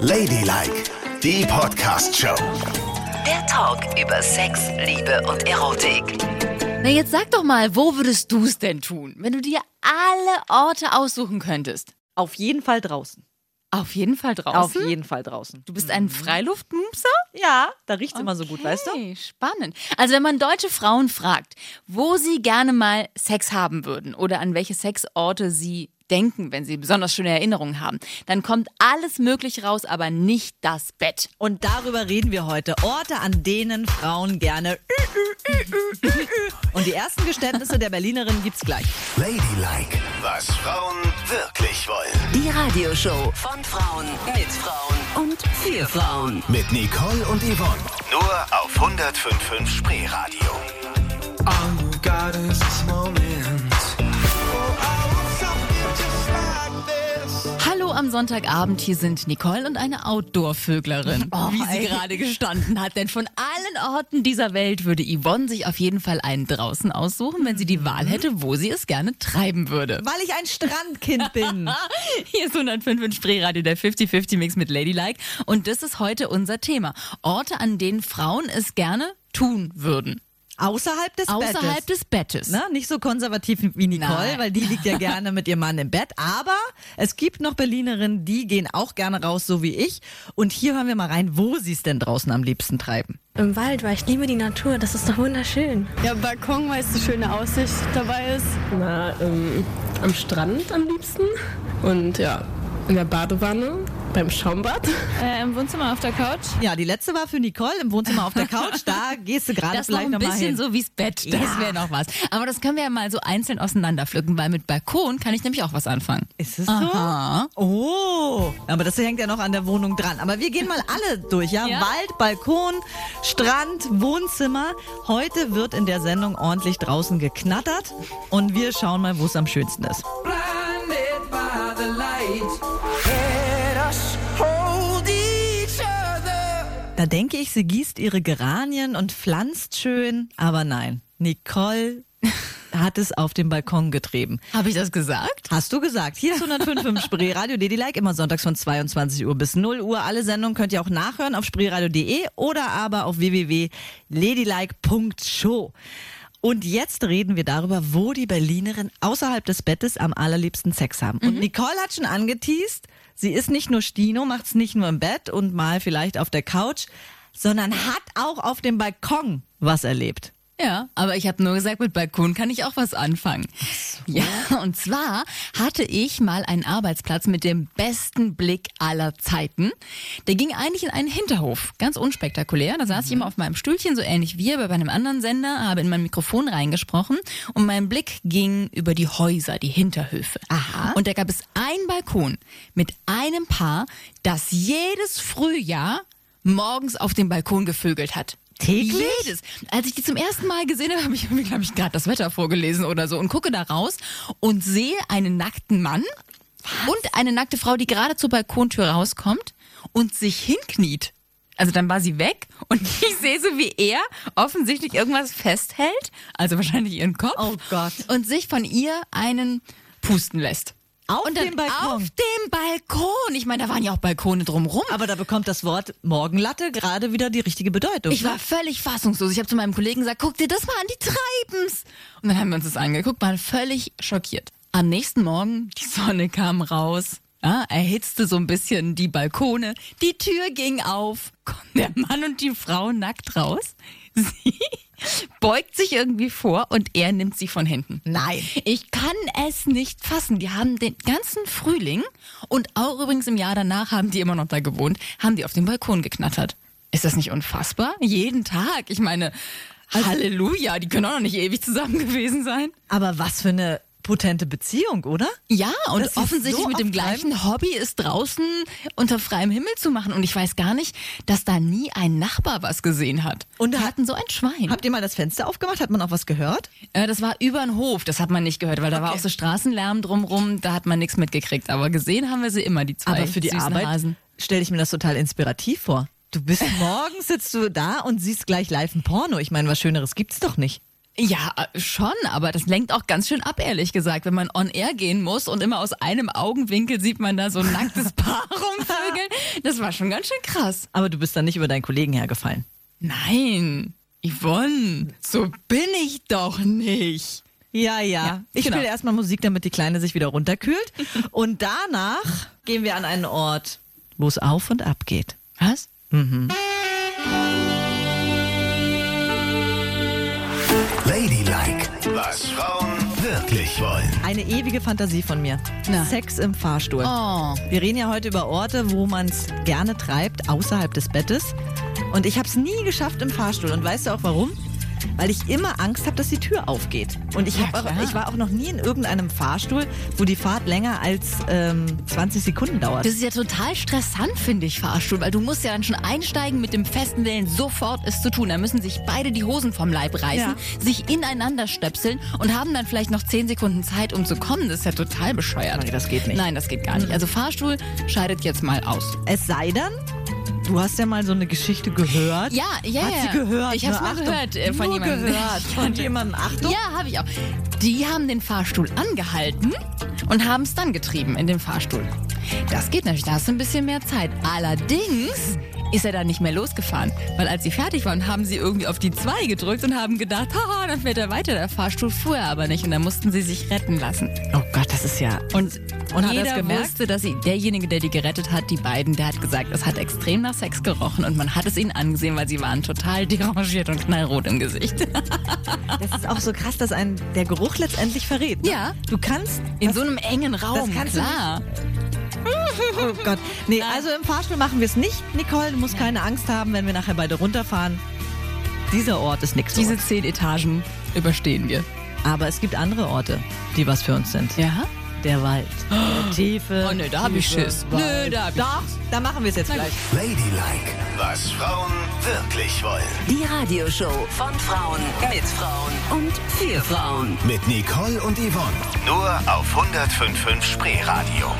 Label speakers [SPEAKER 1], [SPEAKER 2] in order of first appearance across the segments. [SPEAKER 1] Ladylike, die Podcast-Show.
[SPEAKER 2] Der Talk über Sex, Liebe und Erotik.
[SPEAKER 3] Na jetzt sag doch mal, wo würdest du es denn tun, wenn du dir alle Orte aussuchen könntest?
[SPEAKER 4] Auf jeden Fall draußen.
[SPEAKER 3] Auf Mhm. jeden Fall
[SPEAKER 4] Auf
[SPEAKER 3] draußen.
[SPEAKER 4] jeden Fall draußen.
[SPEAKER 3] du bist ein Freiluftmumpser?
[SPEAKER 4] Ja, da riecht's immer so gut, weißt du?
[SPEAKER 3] Okay, Spannend. Also wenn man deutsche Frauen fragt, wo sie gerne mal Sex haben würden oder an welche Sexorte sie denken, wenn sie besonders schöne Erinnerungen haben, dann kommt alles möglich raus, aber nicht das Bett.
[SPEAKER 4] Und darüber reden wir heute. Orte, an denen Frauen gerne. ü, ü, ü, ü, ü, ü. Und die ersten Geständnisse der Berlinerin gibt's gleich.
[SPEAKER 1] Ladylike, was Frauen wirklich wollen.
[SPEAKER 2] Die Radioshow von Frauen mit Frauen und für Frauen.
[SPEAKER 1] Mit Nicole und Yvonne. Nur auf 105.5 Spreeradio.
[SPEAKER 5] All you got is this moment.
[SPEAKER 3] Hallo am Sonntagabend, hier sind Nicole und eine Outdoor-Vöglerin.
[SPEAKER 6] Oh,
[SPEAKER 3] wie sie gerade gestanden hat, denn von allen Orten dieser Welt würde Yvonne sich auf jeden Fall einen draußen aussuchen, wenn sie die Wahl
[SPEAKER 6] Mhm.
[SPEAKER 3] hätte, wo sie es gerne treiben würde.
[SPEAKER 4] Weil ich ein Strandkind bin.
[SPEAKER 3] Hier ist 105 in Spreeradio, der 50-50-Mix mit Ladylike. Und das ist heute unser Thema. Orte, an denen Frauen es gerne tun würden.
[SPEAKER 4] Außerhalb des
[SPEAKER 3] Außerhalb
[SPEAKER 4] Bettes.
[SPEAKER 3] des Bettes.
[SPEAKER 4] Ne? Nicht so konservativ wie Nicole,
[SPEAKER 3] Nein.
[SPEAKER 4] weil die liegt ja gerne mit ihrem Mann im Bett. Aber es gibt noch Berlinerinnen, die gehen auch gerne raus, so wie ich. Und hier hören wir mal rein, wo sie es denn draußen am liebsten treiben.
[SPEAKER 7] Im Wald, weil ich liebe die Natur. Das ist doch wunderschön.
[SPEAKER 6] Ja, Balkon, weil es eine schöne Aussicht dabei ist.
[SPEAKER 8] Na, ähm, am Strand am liebsten. Und ja, in der Badewanne, beim Schaumbad.
[SPEAKER 6] Äh, Im Wohnzimmer auf der Couch.
[SPEAKER 4] Ja, die letzte war für Nicole im Wohnzimmer auf der Couch. Da gehst du gerade
[SPEAKER 3] Das noch
[SPEAKER 4] vielleicht
[SPEAKER 3] ein
[SPEAKER 4] noch mal
[SPEAKER 3] bisschen
[SPEAKER 4] hin.
[SPEAKER 3] so wie's Bett, das wäre noch was. Aber das können wir ja mal so einzeln auseinanderpflücken, weil mit Balkon kann ich nämlich auch was anfangen.
[SPEAKER 4] Ist es so? Oh, aber das hängt ja noch an der Wohnung dran. Aber wir gehen mal alle durch, ja?
[SPEAKER 3] Ja.
[SPEAKER 4] Wald, Balkon, Strand, Wohnzimmer. Heute wird in der Sendung ordentlich draußen geknattert und wir schauen mal, wo es am schönsten ist.
[SPEAKER 5] Blinded by the light. Let us hold each other.
[SPEAKER 4] Da denke ich, sie gießt ihre Geranien und pflanzt schön, aber nein, Nicole hat es auf den Balkon getrieben.
[SPEAKER 3] Habe ich das gesagt?
[SPEAKER 4] Hast du gesagt. Hier ist 105 im Spree Radio Daily Like, immer sonntags von 22 Uhr bis 0 Uhr. Alle Sendungen könnt ihr auch nachhören auf spreeradio.de oder aber auf www.ladylike.show. Und jetzt reden wir darüber, wo die Berlinerin außerhalb des Bettes am allerliebsten Sex haben. Und Nicole hat schon angeteased, sie ist nicht nur Stino, macht's nicht nur im Bett und mal vielleicht auf der Couch, sondern hat auch auf dem Balkon was erlebt.
[SPEAKER 3] Ja, aber ich habe nur gesagt, mit Balkon kann ich auch was anfangen. Ja, und zwar hatte ich mal einen Arbeitsplatz mit dem besten Blick aller Zeiten. Der ging eigentlich in einen Hinterhof, ganz unspektakulär. Da saß ich immer auf meinem Stühlchen, so ähnlich wie bei einem anderen Sender, habe in mein Mikrofon reingesprochen und mein Blick ging über die Häuser, die Hinterhöfe. Aha. Und da gab es einen Balkon mit einem Paar, das jedes Frühjahr morgens auf dem Balkon gevögelt hat.
[SPEAKER 4] Täglich?
[SPEAKER 3] Jedes. Als ich die zum ersten Mal gesehen habe, habe ich mir, glaube ich, gerade das Wetter vorgelesen oder so und gucke da raus und sehe einen nackten Mann und eine nackte Frau, die gerade zur Balkontür rauskommt und sich hinkniet. Also dann war sie weg und ich sehe so, wie er offensichtlich irgendwas festhält, also wahrscheinlich ihren Kopf.
[SPEAKER 4] Oh Gott.
[SPEAKER 3] Und sich von ihr einen pusten lässt.
[SPEAKER 4] Auf
[SPEAKER 3] und dann
[SPEAKER 4] dem Balkon.
[SPEAKER 3] Auf dem Balkon. Ich meine, da waren ja auch Balkone drumrum.
[SPEAKER 4] Aber da bekommt das Wort Morgenlatte gerade wieder die richtige Bedeutung.
[SPEAKER 3] Ich war völlig fassungslos. Ich habe zu meinem Kollegen gesagt, guck dir das mal an, die treiben's. Und dann haben wir uns das angeguckt, waren völlig schockiert. Am nächsten Morgen, die Sonne kam raus, ja, erhitzte so ein bisschen die Balkone, die Tür ging auf, kommt der Mann und die Frau nackt raus. Sie beugt sich irgendwie vor und er nimmt sie von hinten.
[SPEAKER 4] Nein.
[SPEAKER 3] Ich kann es nicht fassen. Die haben den ganzen Frühling und auch übrigens im Jahr danach haben die immer noch da gewohnt, haben die auf dem Balkon geknattert. Ist das nicht unfassbar? Jeden Tag. Ich meine, Also Halleluja, die können auch noch nicht ewig zusammen gewesen sein.
[SPEAKER 4] Aber was für eine potente Beziehung, oder?
[SPEAKER 3] Ja, und
[SPEAKER 4] Dass sie
[SPEAKER 3] offensichtlich
[SPEAKER 4] so
[SPEAKER 3] mit dem
[SPEAKER 4] auftreiben?
[SPEAKER 3] gleichen Hobby ist draußen unter freiem Himmel zu machen. Und ich weiß gar nicht, dass da nie ein Nachbar was gesehen hat.
[SPEAKER 4] Und
[SPEAKER 3] wir
[SPEAKER 4] hat-
[SPEAKER 3] hatten so ein Schwein.
[SPEAKER 4] Habt ihr mal das Fenster aufgemacht? Hat man auch was gehört?
[SPEAKER 3] Äh, das war über den Hof, das hat man nicht gehört, weil da war auch so Straßenlärm drumrum, da hat man nichts mitgekriegt. Aber gesehen haben wir sie immer, die zwei
[SPEAKER 4] Aber für die
[SPEAKER 3] süßen
[SPEAKER 4] Arbeit
[SPEAKER 3] Hasen.
[SPEAKER 4] stelle ich mir das total inspirativ vor. Du bist morgens sitzt du da und siehst gleich live ein Porno. Ich meine, was Schöneres gibt's doch nicht.
[SPEAKER 3] Ja, äh, schon, aber das lenkt auch ganz schön ab, ehrlich gesagt, wenn man on air gehen muss und immer aus einem Augenwinkel sieht man da so ein nacktes Paar rumvögeln. Das war schon ganz schön krass.
[SPEAKER 4] Aber du bist dann nicht über deinen Kollegen hergefallen.
[SPEAKER 3] Nein, Yvonne, so bin ich doch nicht.
[SPEAKER 4] Ja, ja. ich
[SPEAKER 3] genau.
[SPEAKER 4] spiele erstmal Musik, damit die Kleine sich wieder runterkühlt. und danach gehen wir an einen Ort, wo es auf und ab geht.
[SPEAKER 3] Was?
[SPEAKER 1] Ladylike, was Frauen wirklich wollen.
[SPEAKER 4] Eine ewige Fantasie von mir.
[SPEAKER 3] Na.
[SPEAKER 4] Sex im Fahrstuhl.
[SPEAKER 3] Oh.
[SPEAKER 4] Wir reden ja heute über Orte, wo man es gerne treibt, außerhalb des Bettes. Und ich habe es nie geschafft im Fahrstuhl. Und weißt du auch warum? Weil ich immer Angst habe, dass die Tür aufgeht. Und ich,
[SPEAKER 3] Ja,
[SPEAKER 4] hab auch,
[SPEAKER 3] klar.
[SPEAKER 4] ich war auch noch nie in irgendeinem Fahrstuhl, wo die Fahrt länger als ähm, 20 Sekunden dauert.
[SPEAKER 3] Das ist ja total stressant, finde ich, Fahrstuhl, weil du musst ja dann schon einsteigen mit dem festen Willen, sofort es zu tun. Da müssen sich beide die Hosen vom Leib reißen, sich ineinander stöpseln und haben dann vielleicht noch zehn Sekunden Zeit, um zu kommen. Das ist ja total bescheuert.
[SPEAKER 4] Nee, das geht nicht.
[SPEAKER 3] Nein, das geht gar nicht. Also Fahrstuhl scheidet jetzt mal aus.
[SPEAKER 4] Es sei denn, du hast ja mal so eine Geschichte gehört.
[SPEAKER 3] Ja, ja,
[SPEAKER 4] Hat
[SPEAKER 3] ja.
[SPEAKER 4] sie gehört?
[SPEAKER 3] Ich hab's
[SPEAKER 4] ne?
[SPEAKER 3] mal
[SPEAKER 4] Achtung.
[SPEAKER 3] gehört, äh, von
[SPEAKER 4] Nur
[SPEAKER 3] jemandem.
[SPEAKER 4] gehört.
[SPEAKER 3] Ich
[SPEAKER 4] Von jemandem. Achtung.
[SPEAKER 3] Ja, habe ich auch. Die haben den Fahrstuhl angehalten und haben es dann getrieben in den Fahrstuhl. Das geht natürlich, da hast du ein bisschen mehr Zeit. Allerdings ist er dann nicht mehr losgefahren, weil als sie fertig waren, haben sie irgendwie auf die 2 gedrückt und haben gedacht, haha, dann fährt er weiter. Der Fahrstuhl fuhr er aber nicht und dann mussten sie sich retten lassen.
[SPEAKER 4] Oh Gott, das ist ja.
[SPEAKER 3] Und,
[SPEAKER 4] Und hat
[SPEAKER 3] jeder
[SPEAKER 4] er's gemerkt?
[SPEAKER 3] wusste, dass sie, derjenige, der die gerettet hat, die beiden, der hat gesagt, es hat extrem nach Sex gerochen und man hat es ihnen angesehen, weil sie waren total derangiert und knallrot im Gesicht.
[SPEAKER 4] Das ist auch so krass, dass ein der Geruch letztendlich verrät. Ne?
[SPEAKER 3] Ja.
[SPEAKER 4] Du kannst
[SPEAKER 3] In so einem engen Raum,
[SPEAKER 4] kannst du
[SPEAKER 3] klar.
[SPEAKER 4] Oh Gott. Nee, also im Fahrstuhl machen wir es nicht. Nicole, du musst keine Angst haben, wenn wir nachher beide runterfahren. Dieser Ort ist nichts.
[SPEAKER 3] Diese zehn Etagen überstehen wir.
[SPEAKER 4] Aber es gibt andere Orte, die was für uns sind.
[SPEAKER 3] Ja?
[SPEAKER 4] Der Wald. Der Tiefe.
[SPEAKER 3] Oh, nee, da hab ich
[SPEAKER 4] tiefe
[SPEAKER 3] Schiss.
[SPEAKER 4] Wald.
[SPEAKER 3] Nee, da hab ich
[SPEAKER 4] Doch, da machen wir es jetzt gleich.
[SPEAKER 1] Ladylike, was Frauen wirklich wollen.
[SPEAKER 2] Die Radioshow von Frauen mit Frauen und für Frauen.
[SPEAKER 1] Mit Nicole und Yvonne. Nur auf 105.5 Spreeradio.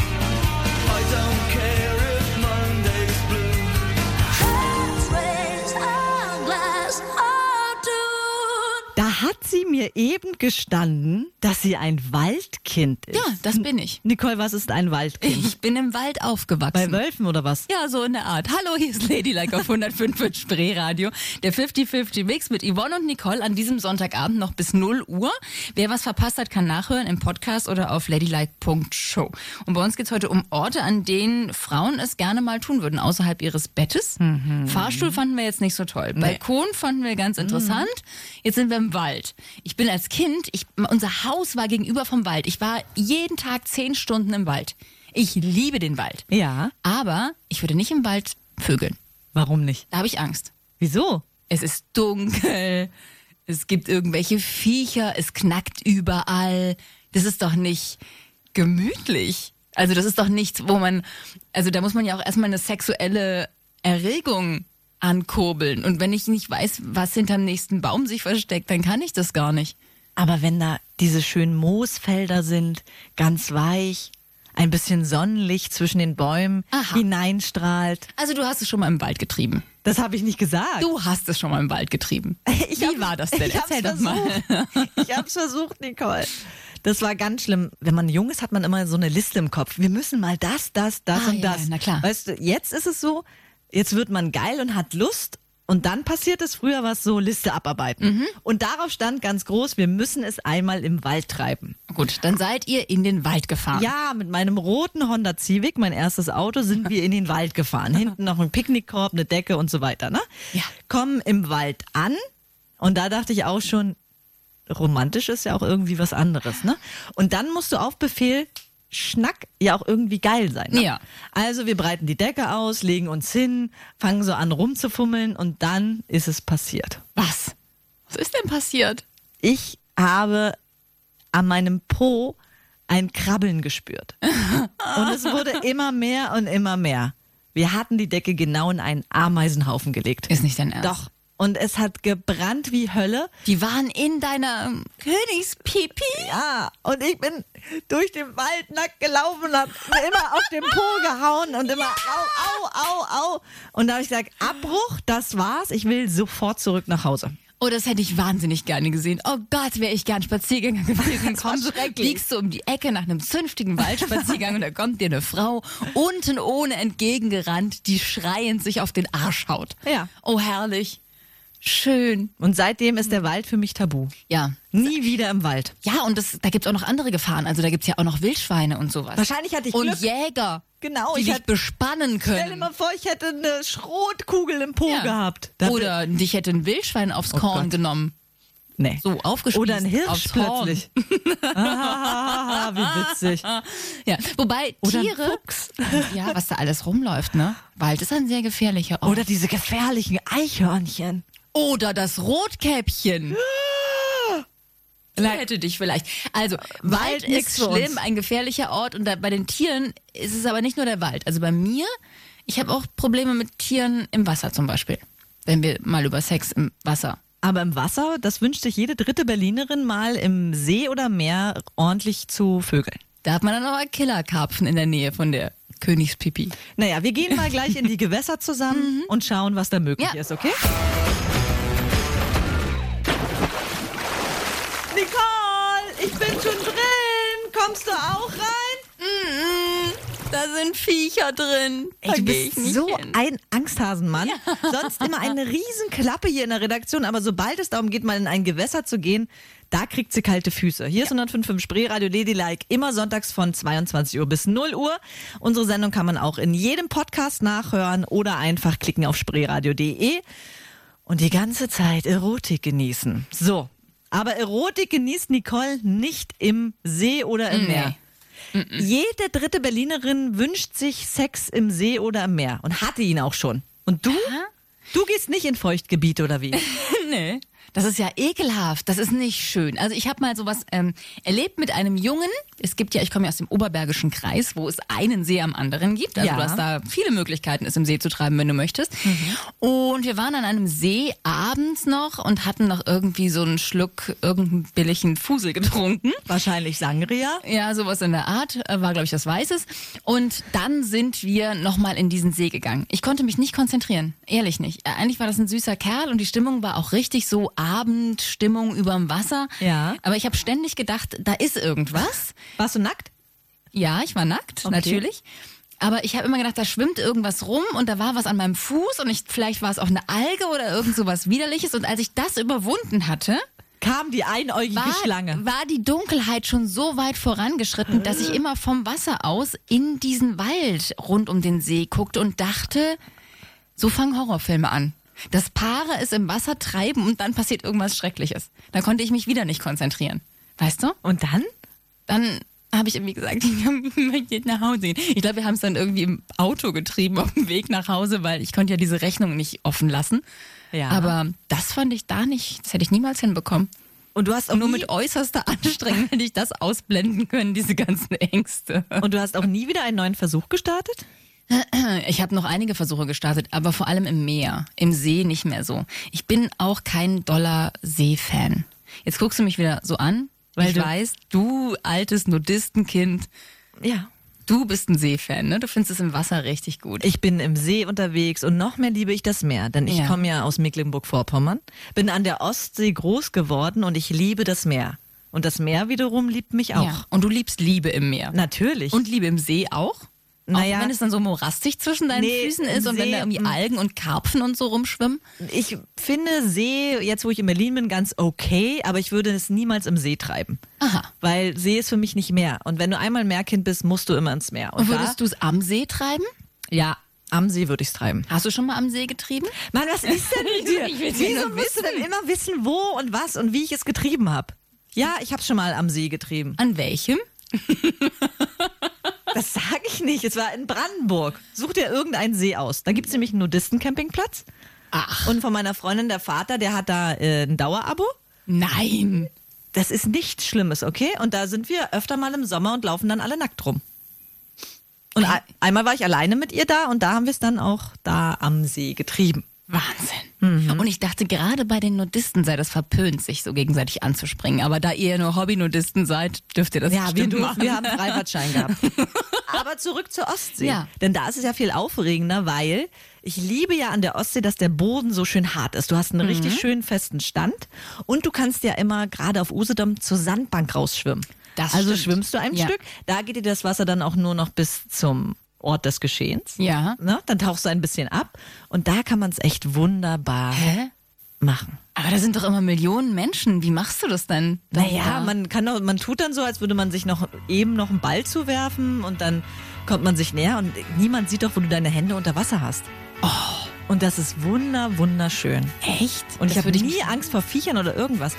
[SPEAKER 4] Da hat sie mir eben gestanden, dass sie ein Waldkind ist.
[SPEAKER 3] Ja, das bin ich.
[SPEAKER 4] Nicole, was ist ein Waldkind?
[SPEAKER 3] Ich bin im Wald
[SPEAKER 4] Bei
[SPEAKER 3] aufgewachsen.
[SPEAKER 4] Wölfen oder was?
[SPEAKER 3] ja, so in der Art. Hallo, hier ist Ladylike auf 105 mit Spreeradio. Der 50-50 Mix mit Yvonne und Nicole an diesem Sonntagabend noch bis 0 Uhr. Wer was verpasst hat, kann nachhören im Podcast oder auf ladylike.show. Und bei uns geht's heute um Orte, an denen Frauen es gerne mal tun würden, außerhalb ihres Bettes. Fahrstuhl fanden wir jetzt nicht so toll. Balkon fanden wir ganz interessant. Jetzt sind wir im Wald. Ich bin als Kind, ich, unser Haus war gegenüber vom Wald. Ich war jeden Tag zehn Stunden im Wald. Ich liebe den Wald.
[SPEAKER 4] Ja.
[SPEAKER 3] Aber ich würde nicht im Wald vögeln.
[SPEAKER 4] Warum nicht?
[SPEAKER 3] Da habe ich Angst.
[SPEAKER 4] Wieso?
[SPEAKER 3] Es ist dunkel. Es gibt irgendwelche Viecher. Es knackt überall. Das ist doch nicht gemütlich. Also das ist doch nichts, wo man, also da muss man ja auch erstmal eine sexuelle Erregung ankurbeln. Und wenn ich nicht weiß, was hinterm nächsten Baum sich versteckt, dann kann ich das gar nicht.
[SPEAKER 4] Aber wenn da diese schönen Moosfelder sind, ganz weich, ein bisschen Sonnenlicht zwischen den Bäumen
[SPEAKER 3] Aha.
[SPEAKER 4] hineinstrahlt.
[SPEAKER 3] Also du hast es schon mal im Wald getrieben.
[SPEAKER 4] Das habe ich nicht gesagt.
[SPEAKER 3] Du hast es schon mal im Wald getrieben.
[SPEAKER 4] Ich
[SPEAKER 3] Wie
[SPEAKER 4] hab-
[SPEAKER 3] war das denn?
[SPEAKER 4] Ich hab's
[SPEAKER 3] Erzähl doch mal.
[SPEAKER 4] versucht. Ich hab's versucht, Nicole. Das war ganz schlimm. Wenn man jung ist, hat man immer so eine Liste im Kopf. Wir müssen mal das, das, das
[SPEAKER 3] Ah,
[SPEAKER 4] und
[SPEAKER 3] ja,
[SPEAKER 4] das.
[SPEAKER 3] ja, na klar.
[SPEAKER 4] Weißt du, jetzt ist es so, jetzt wird man geil und hat Lust. Und dann passiert es, früher war es so, Liste abarbeiten.
[SPEAKER 3] Mhm.
[SPEAKER 4] Und darauf stand ganz groß, wir müssen es einmal im Wald treiben.
[SPEAKER 3] Gut, dann seid ihr in den Wald gefahren.
[SPEAKER 4] Ja, mit meinem roten Honda Civic, mein erstes Auto, sind wir in den Wald gefahren. Hinten noch ein Picknickkorb, eine Decke und so weiter. Ne?
[SPEAKER 3] Ja.
[SPEAKER 4] Kommen im Wald an und da dachte ich auch schon, romantisch ist ja auch irgendwie was anderes. Ne? Und dann musst du auf Befehl Schnack ja auch irgendwie geil sein. Ne?
[SPEAKER 3] Ja.
[SPEAKER 4] Also wir breiten die Decke aus, legen uns hin, fangen so an rumzufummeln und dann ist es passiert.
[SPEAKER 3] Was? Was ist denn passiert?
[SPEAKER 4] Ich habe an meinem Po ein Krabbeln gespürt. Und es wurde immer mehr und immer mehr. Wir hatten die Decke genau in einen Ameisenhaufen gelegt.
[SPEAKER 3] Ist nicht dein Ernst.
[SPEAKER 4] Doch. Und es hat gebrannt wie Hölle.
[SPEAKER 3] Die waren in deiner ähm, Königspipi?
[SPEAKER 4] Ja, und ich bin durch den Wald nackt gelaufen und hab immer auf den Po gehauen und immer au, au, au, au. Und da habe ich gesagt, Abbruch, das war's, ich will sofort zurück nach Hause.
[SPEAKER 3] Oh, das hätte ich wahnsinnig gerne gesehen. Oh Gott, wäre ich gern Spaziergänger gewesen.
[SPEAKER 4] Das war
[SPEAKER 3] Kommst,
[SPEAKER 4] schrecklich.
[SPEAKER 3] biegst du um die Ecke nach einem zünftigen Waldspaziergang und da kommt dir eine Frau unten ohne entgegengerannt, die schreiend sich auf den Arsch haut.
[SPEAKER 4] Ja.
[SPEAKER 3] Oh, herrlich. Schön.
[SPEAKER 4] Und seitdem ist der Wald für mich tabu.
[SPEAKER 3] Ja.
[SPEAKER 4] Nie wieder im Wald.
[SPEAKER 3] Ja, und das, da gibt's auch noch andere Gefahren. Also da gibt's ja auch noch Wildschweine und sowas.
[SPEAKER 4] Wahrscheinlich hatte ich
[SPEAKER 3] Und
[SPEAKER 4] Glück.
[SPEAKER 3] Jäger.
[SPEAKER 4] Genau,
[SPEAKER 3] Die
[SPEAKER 4] ich
[SPEAKER 3] dich
[SPEAKER 4] hatte-
[SPEAKER 3] bespannen können.
[SPEAKER 4] Stell dir mal vor, ich hätte eine Schrotkugel im Po
[SPEAKER 3] Ja.
[SPEAKER 4] gehabt. Oh
[SPEAKER 3] Oder dich hätte ein Wildschwein aufs Korn
[SPEAKER 4] Gott.
[SPEAKER 3] genommen.
[SPEAKER 4] nee.
[SPEAKER 3] So aufgespießt.
[SPEAKER 4] Oder ein Hirsch
[SPEAKER 3] aufs Horn.
[SPEAKER 4] plötzlich. ah, wie witzig.
[SPEAKER 3] Ja, wobei
[SPEAKER 4] Oder ein
[SPEAKER 3] Tiere. Ja, was da alles rumläuft, ne? Wald ist ein sehr gefährlicher Ort.
[SPEAKER 4] Oder diese gefährlichen Eichhörnchen.
[SPEAKER 3] Oder das Rotkäppchen. Die hätte dich vielleicht. Also, Wald
[SPEAKER 4] nix
[SPEAKER 3] ist
[SPEAKER 4] für uns.
[SPEAKER 3] schlimm, ein gefährlicher Ort. Und da, bei den Tieren ist es aber nicht nur der Wald. Also bei mir, ich habe auch Probleme mit Tieren im Wasser zum Beispiel. Wenn wir mal über Sex im Wasser.
[SPEAKER 4] Aber im Wasser, das wünscht sich jede dritte Berlinerin mal im See oder Meer ordentlich zu vögeln.
[SPEAKER 3] Da hat man dann aber Killerkarpfen in der Nähe von der Königspipi.
[SPEAKER 4] Naja, wir gehen mal gleich in die Gewässer zusammen und schauen, was da möglich
[SPEAKER 3] Mhm. Ja.
[SPEAKER 4] ist, okay? Nicole, ich bin schon drin. Kommst du auch rein?
[SPEAKER 3] Da sind Viecher drin.
[SPEAKER 4] Ey, du bist so ein Angsthasenmann. Sonst immer eine Riesenklappe hier in der Redaktion, aber sobald es darum geht, mal in ein Gewässer zu gehen, da kriegt sie kalte Füße. Hier ist 105.5 Spreeradio Ladylike, immer sonntags von 22 Uhr bis 0 Uhr. Unsere Sendung kann man auch in jedem Podcast nachhören oder einfach klicken auf spreeradio.de und die ganze Zeit Erotik genießen. So, aber Erotik genießt Nicole nicht im See oder im Meer.
[SPEAKER 3] Mhm.
[SPEAKER 4] Jede dritte Berlinerin wünscht sich Sex im See oder im Meer und hatte ihn auch schon. Und du? Du gehst nicht in Feuchtgebiete oder wie?
[SPEAKER 3] Nee. Das ist ja ekelhaft, das ist nicht schön. Also ich habe mal sowas ähm, erlebt mit einem Jungen. Es gibt ja, ich komme ja aus dem Oberbergischen Kreis, wo es einen See am anderen gibt. Also
[SPEAKER 4] Ja.
[SPEAKER 3] du hast da viele Möglichkeiten, es im See zu treiben, wenn du möchtest. Und wir waren an einem See abends noch und hatten noch irgendwie so einen Schluck irgendeinen billigen Fusel getrunken.
[SPEAKER 4] Wahrscheinlich Sangria.
[SPEAKER 3] Ja, sowas in der Art. äh, War, glaube ich, das Weißes. Und dann sind wir nochmal in diesen See gegangen. Ich konnte mich nicht konzentrieren. Ehrlich nicht. Äh, Eigentlich war das ein süßer Kerl und die Stimmung war auch richtig so Abendstimmung überm Wasser.
[SPEAKER 4] Ja.
[SPEAKER 3] Aber ich habe ständig gedacht, da ist irgendwas.
[SPEAKER 4] Warst du nackt?
[SPEAKER 3] Ja, ich war nackt,
[SPEAKER 4] Okay.
[SPEAKER 3] natürlich. Aber ich habe immer gedacht, da schwimmt irgendwas rum und da war was an meinem Fuß und ich, vielleicht war es auch eine Alge oder irgend sowas Widerliches. Und als ich das überwunden hatte,
[SPEAKER 4] Kam die einäugige
[SPEAKER 3] war,
[SPEAKER 4] Schlange.
[SPEAKER 3] war die Dunkelheit schon so weit vorangeschritten, dass ich immer vom Wasser aus in diesen Wald rund um den See guckte und dachte, so fangen Horrorfilme an. Das Paare es im Wasser treiben und dann passiert irgendwas Schreckliches. Da konnte ich mich wieder nicht konzentrieren. Weißt du?
[SPEAKER 4] Und dann?
[SPEAKER 3] Dann habe ich irgendwie gesagt, ich möchte nach Hause gehen. Ich glaube, wir haben es dann irgendwie im Auto getrieben auf dem Weg nach Hause, weil ich konnte ja diese Rechnung nicht offen lassen.
[SPEAKER 4] Ja.
[SPEAKER 3] Aber das fand ich da nicht, das hätte ich niemals hinbekommen.
[SPEAKER 4] Und du hast auch
[SPEAKER 3] Nur
[SPEAKER 4] nie,
[SPEAKER 3] mit äußerster Anstrengung hätte ich das ausblenden können, diese ganzen Ängste.
[SPEAKER 4] und du hast auch nie wieder einen neuen Versuch gestartet?
[SPEAKER 3] Äh, Ich habe noch einige Versuche gestartet, aber vor allem im Meer, im See nicht mehr so. Ich bin auch kein doller See-Fan. Jetzt guckst du mich wieder so an, weil
[SPEAKER 4] Weil
[SPEAKER 3] ich
[SPEAKER 4] du-
[SPEAKER 3] weiß, du altes Nudistenkind,
[SPEAKER 4] Ja.
[SPEAKER 3] du bist ein See-Fan, ne? Du findest es im Wasser richtig gut.
[SPEAKER 4] Ich bin im See unterwegs und noch mehr liebe ich das Meer, denn ich
[SPEAKER 3] Ja.
[SPEAKER 4] komme ja aus Mecklenburg-Vorpommern, bin an der Ostsee groß geworden und ich liebe das Meer. Und das Meer wiederum liebt mich auch.
[SPEAKER 3] Ja. Und du liebst Liebe im Meer.
[SPEAKER 4] Natürlich.
[SPEAKER 3] Und Liebe im See auch?
[SPEAKER 4] Naja.
[SPEAKER 3] Auch wenn es dann so morastig zwischen deinen
[SPEAKER 4] Nee,
[SPEAKER 3] Füßen ist und
[SPEAKER 4] See-
[SPEAKER 3] wenn da irgendwie Algen und Karpfen und so rumschwimmen?
[SPEAKER 4] ich finde See, jetzt wo ich in Berlin bin, ganz okay, aber ich würde es niemals im See treiben.
[SPEAKER 3] Aha.
[SPEAKER 4] Weil See ist für mich nicht Meer. Und wenn du einmal Meerkind bist, musst du immer ins Meer.
[SPEAKER 3] Und würdest du es am See treiben?
[SPEAKER 4] du? Ja, am See würde ich es treiben.
[SPEAKER 3] Hast du schon mal am See getrieben?
[SPEAKER 4] Mann, was ist denn mit dir?
[SPEAKER 3] Ich will's ja
[SPEAKER 4] Wieso
[SPEAKER 3] nur
[SPEAKER 4] willst du denn immer wissen, wo und was und wie ich es getrieben habe? Ja, ich habe schon mal am See getrieben.
[SPEAKER 3] An welchem?
[SPEAKER 4] Das sage ich nicht. Es war in Brandenburg. Such dir irgendeinen See aus. Da gibt es nämlich einen Nudisten-Campingplatz.
[SPEAKER 3] Ach.
[SPEAKER 4] Und von meiner Freundin, der Vater, der hat da äh, ein Dauerabo.
[SPEAKER 3] Nein.
[SPEAKER 4] Das ist nichts Schlimmes, okay? Und da sind wir öfter mal im Sommer und laufen dann alle nackt rum. Und ei- einmal war ich alleine mit ihr da und da haben wir es dann auch da am See getrieben.
[SPEAKER 3] Wahnsinn.
[SPEAKER 4] Mhm.
[SPEAKER 3] Und ich dachte, gerade bei den Nudisten sei das verpönt, sich so gegenseitig anzuspringen. Aber da ihr nur Hobby-Nudisten seid, dürft ihr das
[SPEAKER 4] Ja, wir,
[SPEAKER 3] bestimmt
[SPEAKER 4] durften,
[SPEAKER 3] machen.
[SPEAKER 4] wir haben einen Freifahrtschein gehabt. Aber zurück zur Ostsee.
[SPEAKER 3] Ja.
[SPEAKER 4] Denn da ist es ja viel aufregender, weil ich liebe ja an der Ostsee, dass der Boden so schön hart ist. Du hast einen
[SPEAKER 3] Mhm.
[SPEAKER 4] richtig schönen festen Stand und du kannst ja immer gerade auf Usedom zur Sandbank rausschwimmen.
[SPEAKER 3] Das
[SPEAKER 4] also
[SPEAKER 3] stimmt.
[SPEAKER 4] schwimmst du ein
[SPEAKER 3] Ja.
[SPEAKER 4] Stück, da geht dir das Wasser dann auch nur noch bis zum Ort des Geschehens.
[SPEAKER 3] Ja.
[SPEAKER 4] Ne? Dann tauchst du ein bisschen ab und da kann man es echt wunderbar
[SPEAKER 3] Hä?
[SPEAKER 4] machen.
[SPEAKER 3] Aber da sind doch immer Millionen Menschen. Wie machst du das denn? dann
[SPEAKER 4] Naja,
[SPEAKER 3] da?
[SPEAKER 4] man kann doch, man tut dann so, als würde man sich noch eben noch einen Ball zuwerfen und dann kommt man sich näher und niemand sieht doch, wo du deine Hände unter Wasser hast. Und das ist wunder, wunderschön.
[SPEAKER 3] Oh. Echt?
[SPEAKER 4] Und ich
[SPEAKER 3] Das
[SPEAKER 4] habe
[SPEAKER 3] würde
[SPEAKER 4] nie
[SPEAKER 3] nicht-
[SPEAKER 4] Angst vor Viechern oder irgendwas.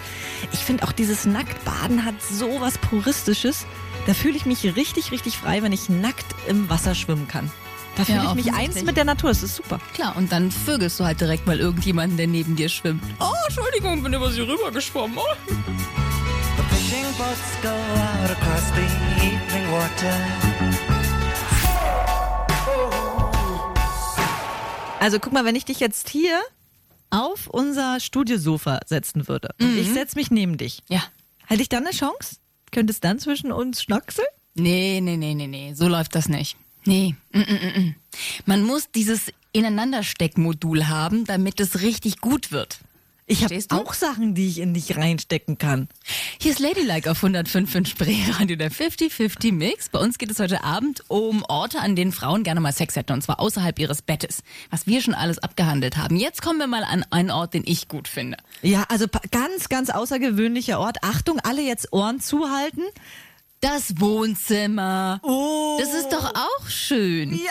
[SPEAKER 4] Ich finde auch dieses Nacktbaden hat so was Puristisches. Da fühle ich mich richtig, richtig frei, wenn ich nackt im Wasser schwimmen kann. Da fühle ich mich eins
[SPEAKER 3] offensichtlich.
[SPEAKER 4] mit der Natur. Das ist super.
[SPEAKER 3] Klar, und dann vögelst du halt direkt mal irgendjemanden, der neben dir schwimmt. Oh, Entschuldigung, bin über sie rübergeschwommen. Oh.
[SPEAKER 9] The fishing boats go out across the evening water.
[SPEAKER 4] Also guck mal, wenn ich dich jetzt hier auf unser Studiosofa setzen würde und
[SPEAKER 3] Mhm.
[SPEAKER 4] ich setze mich neben dich,
[SPEAKER 3] Ja.
[SPEAKER 4] hätte ich dann eine Chance? Könntest dann zwischen uns schnackseln?
[SPEAKER 3] Nee, nee, nee, nee, nee. So läuft das nicht. Nee. Mm, mm, mm, mm. Man muss dieses Ineinandersteckmodul haben, damit es richtig gut wird.
[SPEAKER 4] Ich habe
[SPEAKER 3] Verstehst du?
[SPEAKER 4] auch Sachen, die ich in dich reinstecken kann.
[SPEAKER 3] Hier ist Ladylike auf 105.5 Spree Radio, der 50-50 Mix. Bei uns geht es heute Abend um Orte, an denen Frauen gerne mal Sex hätten, und zwar außerhalb ihres Bettes. Was wir schon alles abgehandelt haben. Jetzt kommen wir mal an einen Ort, den ich gut finde.
[SPEAKER 4] Ja, also pa- ganz, ganz außergewöhnlicher Ort. Achtung, alle jetzt Ohren zuhalten.
[SPEAKER 3] Das Wohnzimmer.
[SPEAKER 4] Oh,
[SPEAKER 3] Das ist doch auch schön.
[SPEAKER 4] wie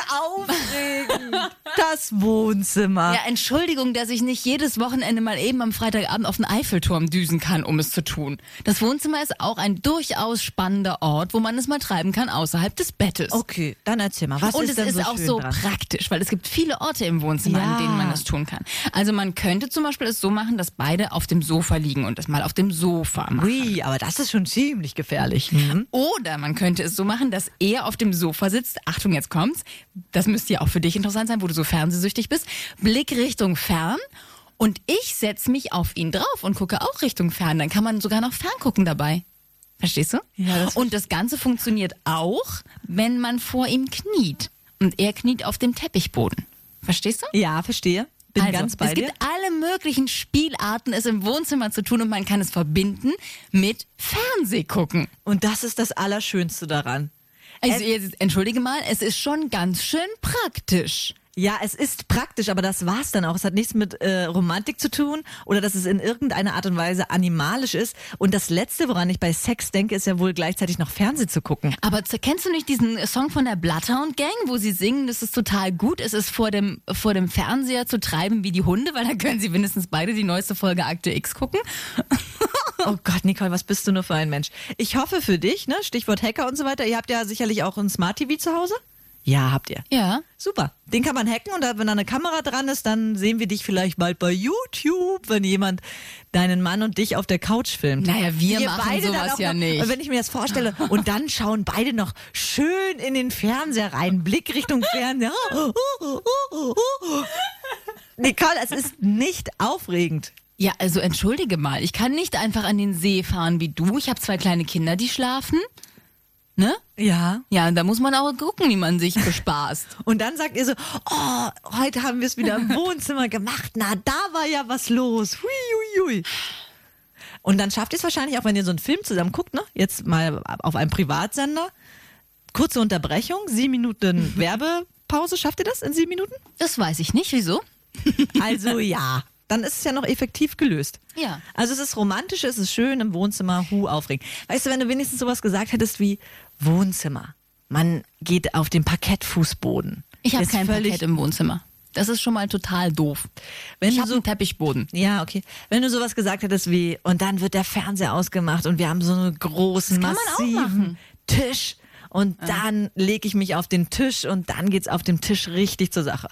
[SPEAKER 4] aufregend. das Wohnzimmer.
[SPEAKER 3] Ja, Entschuldigung, dass ich nicht jedes Wochenende mal eben am Freitagabend auf den Eiffelturm düsen kann, um es zu tun. Das Wohnzimmer ist auch ein durchaus spannender Ort, wo man es mal treiben kann außerhalb des Bettes.
[SPEAKER 4] Okay, dann erzähl mal. Was
[SPEAKER 3] Und
[SPEAKER 4] ist
[SPEAKER 3] es
[SPEAKER 4] denn
[SPEAKER 3] ist
[SPEAKER 4] so
[SPEAKER 3] auch
[SPEAKER 4] schön
[SPEAKER 3] so
[SPEAKER 4] dran?
[SPEAKER 3] praktisch, weil es gibt viele Orte im Wohnzimmer,
[SPEAKER 4] Ja.
[SPEAKER 3] an denen man das tun kann. Also man könnte zum Beispiel es so machen, dass beide auf dem Sofa liegen und das mal auf dem Sofa machen.
[SPEAKER 4] Ui, aber das ist schon ziemlich gefährlich. Mhm.
[SPEAKER 3] Oder man könnte es so machen, dass er auf dem Sofa sitzt. Achtung, jetzt kommt's. Das müsste ja auch für dich interessant sein, wo du so fernsehsüchtig bist. Blick Richtung fern. Und ich setze mich auf ihn drauf und gucke auch Richtung fern. Dann kann man sogar noch ferngucken dabei. Verstehst du?
[SPEAKER 4] Ja, das-
[SPEAKER 3] und das Ganze funktioniert auch, wenn man vor ihm kniet. Und er kniet auf dem Teppichboden. Verstehst du?
[SPEAKER 4] Ja, verstehe. Bin
[SPEAKER 3] also,
[SPEAKER 4] ganz bei
[SPEAKER 3] es
[SPEAKER 4] dir.
[SPEAKER 3] gibt alle möglichen Spielarten, es im Wohnzimmer zu tun und man kann es verbinden mit Fernsehgucken.
[SPEAKER 4] Und das ist das Allerschönste daran.
[SPEAKER 3] Also jetzt, entschuldige mal, es ist schon ganz schön praktisch.
[SPEAKER 4] Ja, es ist praktisch, aber das war's dann auch. Es hat nichts mit äh, Romantik zu tun oder dass es in irgendeiner Art und Weise animalisch ist. Und das Letzte, woran ich bei Sex denke, ist ja wohl gleichzeitig noch Fernsehen zu gucken.
[SPEAKER 3] Aber z- kennst du nicht diesen Song von der Bloodhound Gang, wo sie singen, das ist total gut, es ist vor dem, vor dem Fernseher zu treiben wie die Hunde, weil dann können sie mindestens beide die neueste Folge Akte X gucken.
[SPEAKER 4] Oh Gott, Nicole, was bist du nur für ein Mensch? Ich hoffe für dich, ne? Stichwort Hacker und so weiter. Ihr habt ja sicherlich auch ein Smart TV zu Hause. Ja, habt ihr.
[SPEAKER 3] Ja.
[SPEAKER 4] Super. Den kann man hacken und da- wenn da eine Kamera dran ist, dann sehen wir dich vielleicht bald bei YouTube, wenn jemand deinen Mann und dich auf der Couch filmt.
[SPEAKER 3] Naja, wir
[SPEAKER 4] Ihr
[SPEAKER 3] machen
[SPEAKER 4] beide dann
[SPEAKER 3] sowas
[SPEAKER 4] auch
[SPEAKER 3] ja
[SPEAKER 4] noch,
[SPEAKER 3] nicht.
[SPEAKER 4] Und wenn ich mir das vorstelle, und dann schauen beide noch schön in den Fernseher rein, Blick Richtung Fernseher. Nicole, es ist nicht aufregend.
[SPEAKER 3] Ja, also entschuldige mal, ich kann nicht einfach an den See fahren wie du. Ich habe zwei kleine Kinder, die schlafen. Ne?
[SPEAKER 4] Ja.
[SPEAKER 3] Ja, und da muss man auch gucken, wie man sich bespaßt.
[SPEAKER 4] Und dann sagt ihr so, oh, heute haben wir es wieder im Wohnzimmer gemacht. Na, da war ja was los. Hui, hui, hui. Und dann schafft ihr es wahrscheinlich auch, wenn ihr so einen Film zusammen guckt, ne? jetzt mal auf einem Privatsender, kurze Unterbrechung, sieben Minuten Werbepause, schafft ihr das in sieben Minuten?
[SPEAKER 3] Das weiß ich nicht, wieso?
[SPEAKER 4] Also ja, dann ist es ja noch effektiv gelöst.
[SPEAKER 3] Ja.
[SPEAKER 4] Also es ist romantisch, es ist schön im Wohnzimmer, hu, aufregend. Weißt du, wenn du wenigstens sowas gesagt hättest wie Wohnzimmer, man geht auf den Parkettfußboden.
[SPEAKER 3] Ich habe
[SPEAKER 4] Ist
[SPEAKER 3] kein
[SPEAKER 4] völlig
[SPEAKER 3] Parkett im Wohnzimmer. Das ist schon mal total doof.
[SPEAKER 4] Wenn
[SPEAKER 3] ich
[SPEAKER 4] du
[SPEAKER 3] habe
[SPEAKER 4] so-
[SPEAKER 3] einen Teppichboden.
[SPEAKER 4] Ja, okay. Wenn du sowas gesagt hättest wie, und dann wird der Fernseher ausgemacht und wir haben so einen großen,
[SPEAKER 3] Das kann man auch
[SPEAKER 4] massiven
[SPEAKER 3] machen.
[SPEAKER 4] Tisch und dann lege ich mich auf den Tisch und dann geht's auf dem Tisch richtig zur Sache.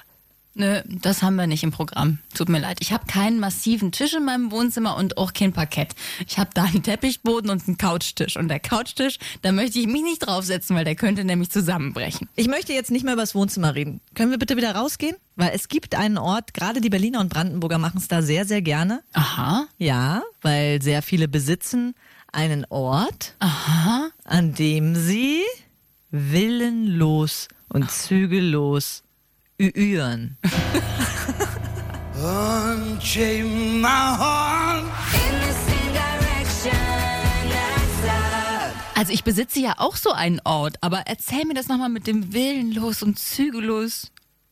[SPEAKER 3] Nö, das haben wir nicht im Programm. Tut mir leid. Ich habe keinen massiven Tisch in meinem Wohnzimmer und auch kein Parkett. Ich habe da einen Teppichboden und einen Couchtisch. Und der Couchtisch, da möchte ich mich nicht draufsetzen, weil der könnte nämlich zusammenbrechen.
[SPEAKER 4] Ich möchte jetzt nicht mehr über das Wohnzimmer reden. Können wir bitte wieder rausgehen? Weil es gibt einen Ort, gerade die Berliner und Brandenburger machen es da sehr, sehr gerne.
[SPEAKER 3] Aha.
[SPEAKER 4] Ja, weil sehr viele besitzen einen Ort,
[SPEAKER 3] Aha.
[SPEAKER 4] an dem sie willenlos und zügellos üüren.
[SPEAKER 5] Unchain my heart.
[SPEAKER 3] Also ich besitze ja auch so einen Ort, aber erzähl mir das nochmal mit dem willenlos und zügellos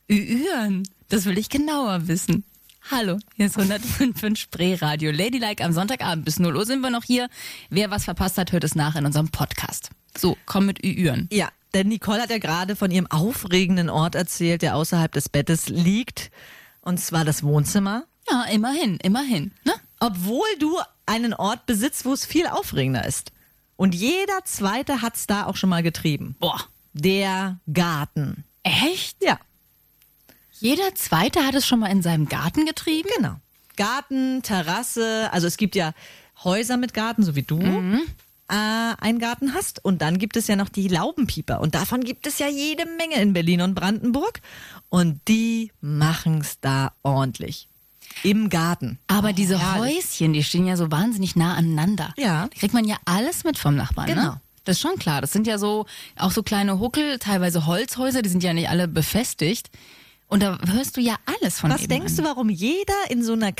[SPEAKER 3] üüren. Das will ich genauer wissen. Hallo, hier ist 105 Spreeradio. Ladylike am Sonntagabend bis 0 Uhr sind wir noch hier. Wer was verpasst hat, hört es nach in unserem Podcast. So, komm mit Üüren.
[SPEAKER 4] Ja, denn Nicole hat ja gerade von ihrem aufregenden Ort erzählt, der außerhalb des Bettes liegt. Und zwar das Wohnzimmer.
[SPEAKER 3] Ja, immerhin, immerhin. Ne?
[SPEAKER 4] Obwohl du einen Ort besitzt, wo es viel aufregender ist. Und jeder Zweite hat's da auch schon mal getrieben.
[SPEAKER 3] Boah,
[SPEAKER 4] Der Garten.
[SPEAKER 3] echt?
[SPEAKER 4] Ja,
[SPEAKER 3] Jeder Zweite hat es schon mal in seinem Garten getrieben?
[SPEAKER 4] genau. Garten, Terrasse. Also es gibt ja Häuser mit Garten, so wie du. äh, einen Garten hast. Und dann gibt es ja noch die Laubenpieper. Und davon gibt es ja jede Menge in Berlin und Brandenburg. Und die machen's da ordentlich. Im Garten.
[SPEAKER 3] Aber diese Häuschen, die stehen ja so wahnsinnig nah aneinander.
[SPEAKER 4] Ja.
[SPEAKER 3] Da kriegt man ja alles mit vom Nachbarn.
[SPEAKER 4] Genau.
[SPEAKER 3] Ne? Das ist schon klar. Das sind ja so auch so kleine Huckel, teilweise Holzhäuser, die sind ja nicht alle befestigt. Und da hörst du ja alles von
[SPEAKER 4] Was denkst du, warum jeder in so einer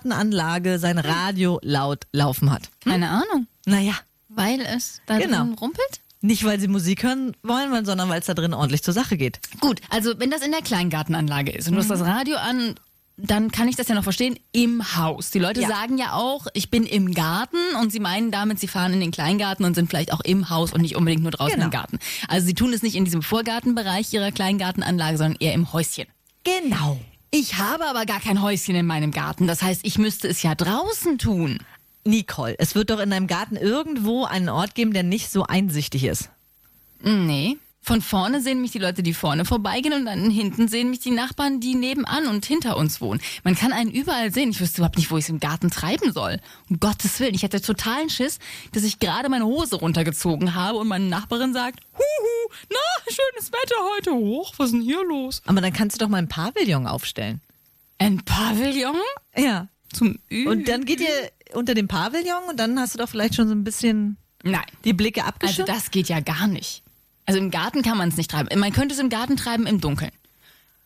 [SPEAKER 4] Kleingartenanlage sein Radio laut laufen hat?
[SPEAKER 3] Keine Ahnung.
[SPEAKER 4] Naja,
[SPEAKER 3] Weil es da
[SPEAKER 4] Genau.
[SPEAKER 3] drin rumpelt?
[SPEAKER 4] nicht weil sie Musik hören wollen, sondern weil es da drin ordentlich zur Sache geht.
[SPEAKER 3] Gut, also wenn das in der Kleingartenanlage ist und du hast
[SPEAKER 4] Mhm.
[SPEAKER 3] das Radio an, dann kann ich das ja noch verstehen, im Haus. Die Leute
[SPEAKER 4] Ja.
[SPEAKER 3] sagen ja auch, ich bin im Garten und sie meinen damit, sie fahren in den Kleingarten und sind vielleicht auch im Haus und nicht unbedingt nur draußen
[SPEAKER 4] Genau.
[SPEAKER 3] im Garten. Also sie tun es nicht in diesem Vorgartenbereich ihrer Kleingartenanlage, sondern eher im Häuschen.
[SPEAKER 4] Genau.
[SPEAKER 3] Ich habe aber gar kein Häuschen in meinem Garten. Das heißt, ich müsste es ja draußen tun.
[SPEAKER 4] Nicole, es wird doch in deinem Garten irgendwo einen Ort geben, der nicht so einsichtig ist.
[SPEAKER 3] Nee. Von vorne sehen mich die Leute, die vorne vorbeigehen und dann hinten sehen mich die Nachbarn, die nebenan und hinter uns wohnen. Man kann einen überall sehen. Ich wüsste überhaupt nicht, wo ich es im Garten treiben soll. Um Gottes Willen, ich hätte totalen Schiss, dass ich gerade meine Hose runtergezogen habe und meine Nachbarin sagt, Huhu, na, schönes Wetter heute. Hoch, was ist denn hier los?
[SPEAKER 4] Aber dann kannst du doch mal ein Pavillon aufstellen.
[SPEAKER 3] Ein Pavillon
[SPEAKER 4] Ja.
[SPEAKER 3] zum Üben?
[SPEAKER 4] Und dann geht ihr unter dem Pavillon und dann hast du doch vielleicht schon so ein bisschen
[SPEAKER 3] Nein.
[SPEAKER 4] die Blicke
[SPEAKER 3] Also
[SPEAKER 4] abgeschirmt.
[SPEAKER 3] das geht ja gar nicht. Also im Garten kann man es nicht treiben. Man könnte es im Garten treiben im Dunkeln.